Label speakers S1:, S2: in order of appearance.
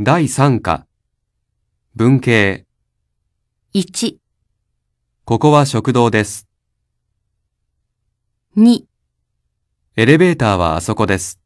S1: 第3課。文系。
S2: 1、
S1: ここは食堂です。
S2: 2、
S1: エレベーターはあそこです。